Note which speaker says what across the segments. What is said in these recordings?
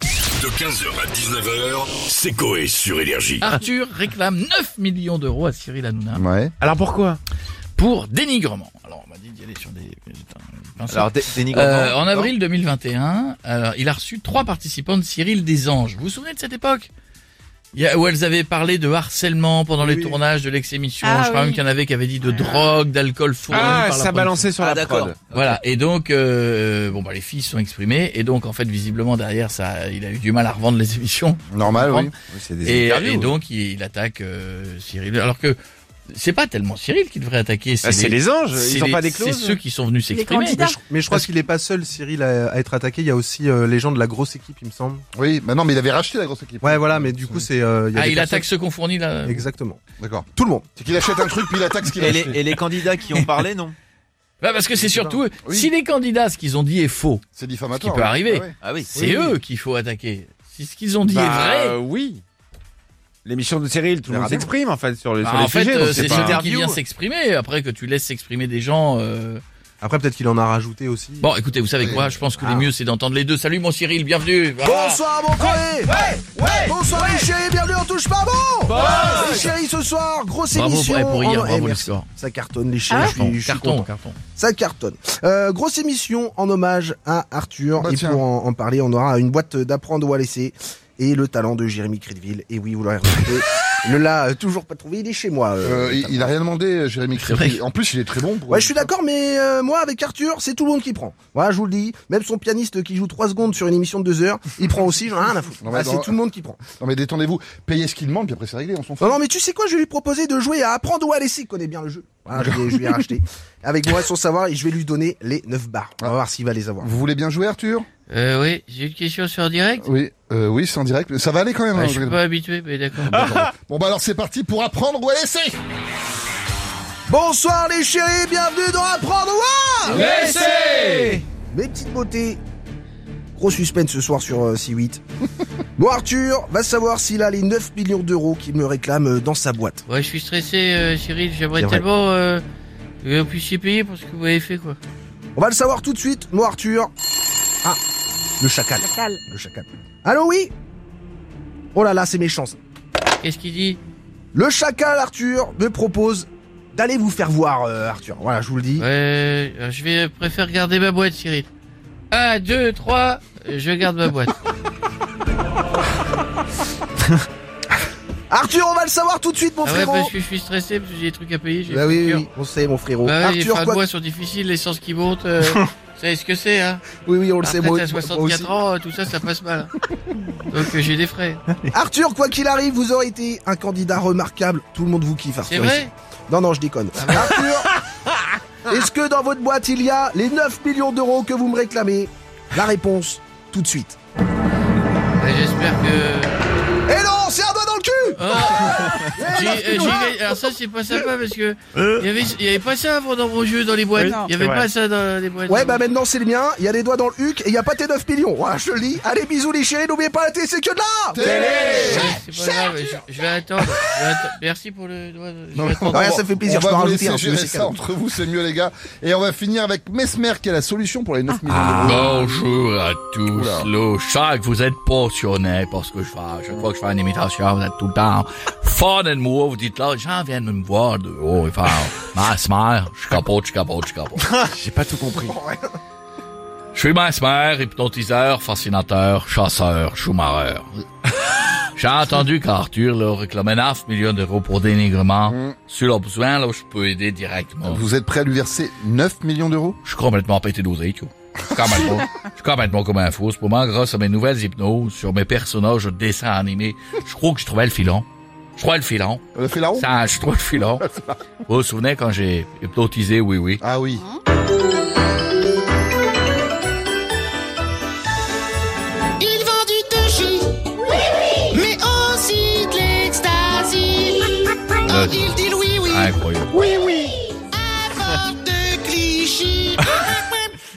Speaker 1: De 15h à 19h, c'est Coé sur Énergie.
Speaker 2: Arthur réclame 9 millions d'euros à Cyril Hanouna
Speaker 3: Ouais.
Speaker 4: Alors pourquoi
Speaker 2: pour dénigrement. Alors, on m'a dit d'y aller sur des... putain, des pinceaux.
Speaker 4: Alors dé- dénigrement.
Speaker 2: Euh, en avril 2021, alors, il a reçu trois participants de Cyril Desanges. Vous vous souvenez de cette époque Il y a- Où elles avaient parlé de harcèlement pendant les tournages de l'ex-émission.
Speaker 5: Ah
Speaker 2: Je crois
Speaker 5: oui.
Speaker 2: même qu'il y en avait qui avaient dit de drogue, d'alcool fourni par
Speaker 4: Ah,
Speaker 2: la
Speaker 4: ça
Speaker 2: prod.
Speaker 4: balançait sur
Speaker 6: Ah,
Speaker 4: la
Speaker 6: d'accord.
Speaker 4: prod.
Speaker 2: Voilà. Et donc, euh, bon, bah, les filles se sont exprimées. Et donc, en fait, visiblement, derrière, ça, il a eu du mal à revendre les émissions.
Speaker 3: Normal, oui.
Speaker 2: Comprendre.
Speaker 3: Oui, c'est des
Speaker 2: Et,
Speaker 3: interviews.
Speaker 2: et donc, il, il attaque euh, Cyril. Alors que c'est pas tellement Cyril qui devrait attaquer,
Speaker 4: Ah, C'est les anges,
Speaker 2: c'est
Speaker 4: ils ont
Speaker 2: les-
Speaker 4: pas des
Speaker 2: C'est
Speaker 4: clauses.
Speaker 2: ceux qui sont venus s'exprimer.
Speaker 5: candidats.
Speaker 7: Mais je crois qu'il n'est pas seul, Cyril, à, à être attaqué. Il y a aussi euh, les gens de la grosse équipe, il me semble.
Speaker 3: Oui, mais non, mais il avait racheté la grosse équipe.
Speaker 7: Ouais, voilà, mais du coup, c'est. euh, y a
Speaker 2: Ah,
Speaker 7: des
Speaker 2: il
Speaker 7: personnes-
Speaker 2: attaque ceux qu'on fournit là.
Speaker 7: Exactement.
Speaker 3: D'accord.
Speaker 7: Tout le monde.
Speaker 3: C'est qu'il achète un truc puis il attaque ce qu'il a
Speaker 6: Et les,
Speaker 3: acheté.
Speaker 6: et les candidats qui ont parlé, non
Speaker 2: Bah, parce que c'est surtout eux.
Speaker 3: Oui.
Speaker 2: si les candidats ce qu'ils ont dit est faux,
Speaker 3: C'est diffamatoire.
Speaker 2: Ce qui peut
Speaker 3: ouais.
Speaker 2: arriver.
Speaker 3: Ouais, ouais.
Speaker 6: Ah oui.
Speaker 2: c'est eux qu'il faut attaquer. Si ce qu'ils ont dit
Speaker 4: Bah,
Speaker 2: est vrai,
Speaker 4: euh, oui. L'émission de Cyril, tout le
Speaker 7: Verra
Speaker 4: monde
Speaker 7: bien.
Speaker 4: s'exprime en fait sur le
Speaker 2: bah,
Speaker 4: sur les
Speaker 2: en fait,
Speaker 4: sujets. donc
Speaker 2: euh, c'est
Speaker 4: pas-
Speaker 2: celui qui vient s'exprimer. Après que tu laisses s'exprimer des gens. euh,
Speaker 7: Après, peut-être qu'il en a rajouté aussi.
Speaker 2: Bon, écoutez, vous savez quoi Je pense que le mieux c'est d'entendre les deux. Salut mon Cyril, bienvenue. Voilà.
Speaker 8: Bonsoir mon collègue Bonsoir les chéris, bienvenue on touche pas bon Les chéris ce soir, grosse
Speaker 2: Bravo
Speaker 8: émission
Speaker 2: pour, pour hier,
Speaker 8: en- eh,
Speaker 2: bravo le
Speaker 8: merci.
Speaker 2: score.
Speaker 8: Ça cartonne les
Speaker 5: Ah
Speaker 8: chéris,
Speaker 5: ouais
Speaker 8: je suis- je suis
Speaker 2: Carton,
Speaker 8: content.
Speaker 2: carton.
Speaker 8: ça cartonne. Euh, grosse émission en hommage à Arthur
Speaker 3: Bah,
Speaker 8: et
Speaker 3: tiens.
Speaker 8: pour en, en parler on aura une boîte d'apprendre ou à laisser et le talent de Jérémy Crédville. Et oui, vous l'aurez remarqué, il ne l'a euh, toujours pas trouvé, il est chez moi. euh,
Speaker 3: Euh, il, il a rien demandé, euh, Jérémy
Speaker 2: C'est vrai.
Speaker 3: Crépi. En plus, il est très bon. Pour
Speaker 8: Ouais, je suis d'accord, mais euh, moi, avec Arthur, c'est tout le monde qui prend. Voilà, je vous le dis. Même son pianiste qui joue 3 secondes sur une émission de 2 heures, il prend aussi, j'en ai rien à foutre.
Speaker 3: Non, mais
Speaker 8: Ah,
Speaker 3: dans-
Speaker 8: c'est tout le monde qui prend.
Speaker 3: Non, mais détendez-vous. Payez ce qu'il demande, puis après, c'est réglé. On s'en fout.
Speaker 8: Non, non, mais tu sais quoi, je vais lui proposer de jouer à Apprendre ou à laisser. Il connaît bien le jeu. Voilà, je vais, je vais racheter. Avec moi, son savoir, et je vais lui donner les 9 bars.
Speaker 3: Ah.
Speaker 8: On va voir s'il va les avoir.
Speaker 3: Vous voulez bien jouer, Arthur
Speaker 2: Euh, oui, j'ai une question sur direct.
Speaker 3: Oui, euh, oui, c'est en direct. mais Ça va aller quand même. hein, je-
Speaker 2: habitué, mais d'accord.
Speaker 3: Bon, bah alors, c'est parti pour apprendre ou à laisser.
Speaker 8: Bonsoir les chéris, bienvenue dans Apprendre ou à
Speaker 4: Laissez
Speaker 8: Mes petites beautés. Gros suspense ce soir sur euh, C8. Bon, Arthur va savoir s'il a les 9 millions d'euros qu'il me réclame euh, dans sa boîte.
Speaker 2: Ouais, je suis stressé, euh, Cyril. J'aimerais
Speaker 8: C'est vrai.
Speaker 2: tellement euh, que vous puissiez payer pour ce que vous avez fait, quoi.
Speaker 8: On va le savoir tout de suite, moi Arthur. Ah, le chacal,
Speaker 5: Chacal.
Speaker 8: le chacal. Allô, oui Oh là là, c'est méchant ça.
Speaker 2: Qu'est-ce qu'il dit
Speaker 8: Le chacal, Arthur, me propose d'aller vous faire voir, euh, Arthur. Voilà, je vous le dis.
Speaker 2: Ouais, euh, je vais préfère garder ma boîte, Cyril. Un, deux, trois, euh, je garde ma boîte.
Speaker 8: Arthur, on va le savoir tout de suite, mon
Speaker 2: ah ouais,
Speaker 8: frérot.
Speaker 2: parce que je suis stressé, parce que j'ai des trucs à payer. J'ai des
Speaker 8: Bah oui, oui,
Speaker 2: factures.
Speaker 8: oui, on sait, mon frérot.
Speaker 2: Bah ouais, les
Speaker 8: Arthur,
Speaker 2: fins de
Speaker 8: quoi
Speaker 2: mois sont difficiles, l'essence qui monte. euh, vous savez ce que c'est, hein
Speaker 8: Oui, oui, on le sait,
Speaker 2: Retraite
Speaker 8: moi, moi
Speaker 2: à
Speaker 8: aussi. Ah,
Speaker 2: 64 ans, euh, tout ça, ça passe mal. Donc euh, j'ai des frais.
Speaker 8: Arthur, quoi qu'il arrive, vous aurez été un candidat remarquable. Tout le monde vous kiffe,
Speaker 2: C'est
Speaker 8: Arthur. ici.
Speaker 2: vrai Ah bah.
Speaker 8: Non, non, je déconne. Arthur, est-ce que dans votre boîte, il y a les 9 millions d'euros que vous me réclamez La réponse, tout de suite.
Speaker 2: Ouais, Bah, J'espère que...
Speaker 8: Eh non, c'est un doigt dans le cul Eh,
Speaker 2: Ah. J'ai- euh, j'ai- alors ça c'est pas sympa parce que il y avait il y avait pas ça avant dans mon jeu dans les boîtes.
Speaker 5: Oui,
Speaker 2: Il y
Speaker 4: c'est
Speaker 2: avait
Speaker 4: vrai.
Speaker 2: pas ça dans les boîtes.
Speaker 8: Ouais, bah maintenant c'est le mien, il y a les doigts dans le huc et il y a pas tes 9 millions. Voilà, je te le dis. Allez, bisous les chéris, n'oubliez pas la télé, c'est que de là
Speaker 2: Ouais, c'est pas grave, je, je vais attendre. je vais atten- Merci pour le doigt. je vais
Speaker 3: Non, mais
Speaker 2: attendre.
Speaker 3: on
Speaker 8: Ouais,
Speaker 3: va-
Speaker 8: ça fait plaisir,
Speaker 3: On
Speaker 8: je
Speaker 3: va
Speaker 8: peux
Speaker 3: vous
Speaker 8: rajouter
Speaker 3: laisser
Speaker 8: un peu,
Speaker 3: gérer
Speaker 8: c'est
Speaker 3: ça
Speaker 8: cadeau.
Speaker 3: entre vous, c'est mieux les gars. Et on va finir avec Mesmer qui a la solution pour les
Speaker 2: Ah.
Speaker 3: 9 millions
Speaker 4: Ah.
Speaker 3: d'euros.
Speaker 2: Bonjour à tous.
Speaker 3: Oula.
Speaker 2: Le chaque, vous êtes passionnés parce que je fais, à chaque fois que je fais une imitation, vous êtes tout le temps fun de moi. Vous dites là, les gens viennent me voir de haut et faire Mesmer, je capote, je capote, je capote.
Speaker 4: J'ai pas tout compris.
Speaker 2: Je suis Mesmer, hypnotiseur, fascinateur, chasseur, Schumacher. J'ai entendu qu'Arthur là, réclamait 9 millions d'euros pour dénigrement.
Speaker 4: Mm.
Speaker 2: Sur le besoin, là, je peux aider directement.
Speaker 3: Vous êtes prêt à lui verser 9 millions d'euros
Speaker 2: Je suis complètement pété d'oseille, tu vois. Je suis complètement, je suis complètement comme un fou. Ce moment, grâce à mes nouvelles hypnoses, sur mes personnages de dessin animé, je crois que je trouvais le filon. Je trouvais le filon.
Speaker 3: On a fait la roue
Speaker 2: Ça, je trouve le filon. Vous vous souvenez quand j'ai hypnotisé, oui, oui.
Speaker 3: Ah oui.
Speaker 9: Il vend du touchy, mais aussi de l'extasie. Oh, il dit oui, oui,
Speaker 2: Incroyable.
Speaker 9: avant de clichy.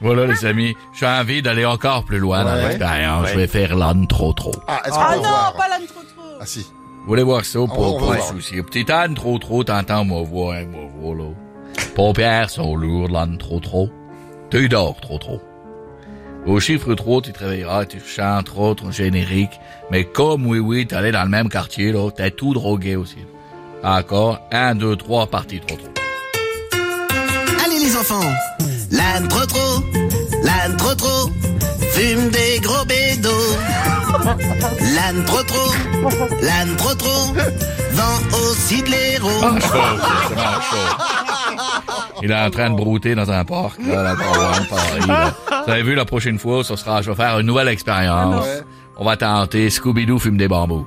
Speaker 2: Voilà, les amis. J'ai envie d'aller encore plus loin dans
Speaker 3: Ouais.
Speaker 2: l'expérience. Je
Speaker 4: Ouais.
Speaker 2: vais faire l'âne trop trop.
Speaker 3: Ah, est-ce qu'on
Speaker 5: Ah
Speaker 3: peut voir
Speaker 5: non, pas l'âne trop trop.
Speaker 3: Ah si.
Speaker 2: Vous voulez voir ça? Pas,
Speaker 3: on va
Speaker 2: pas de
Speaker 3: voir.
Speaker 2: souci. Petit âne trop trop, t'entends ma voix, hein, ma voix, là. Paupières sont lourdes, l'âne trop trop. Tu dors trop trop. Au chiffre trop, tu te réveilleras, tu chantes trop ton générique. Mais comme oui, oui, t'es allé dans le même quartier, là, t'es tout drogué aussi. D'accord? Un, deux, trois, parti trop trop.
Speaker 10: Allez les enfants, l'âne trop trop, l'âne trop trop, fume des gros bédos. L'âne trop trop, l'âne trop trop, vend aussi de l'héros.
Speaker 2: Ah, chaud, c'est vraiment chaud. Il est en train de brouter dans un parc, là, là, pour voir, pareil, là. Vous avez vu, la prochaine fois, ce sera, je vais faire une nouvelle expérience. On va tenter Scooby-Doo fume des bambous.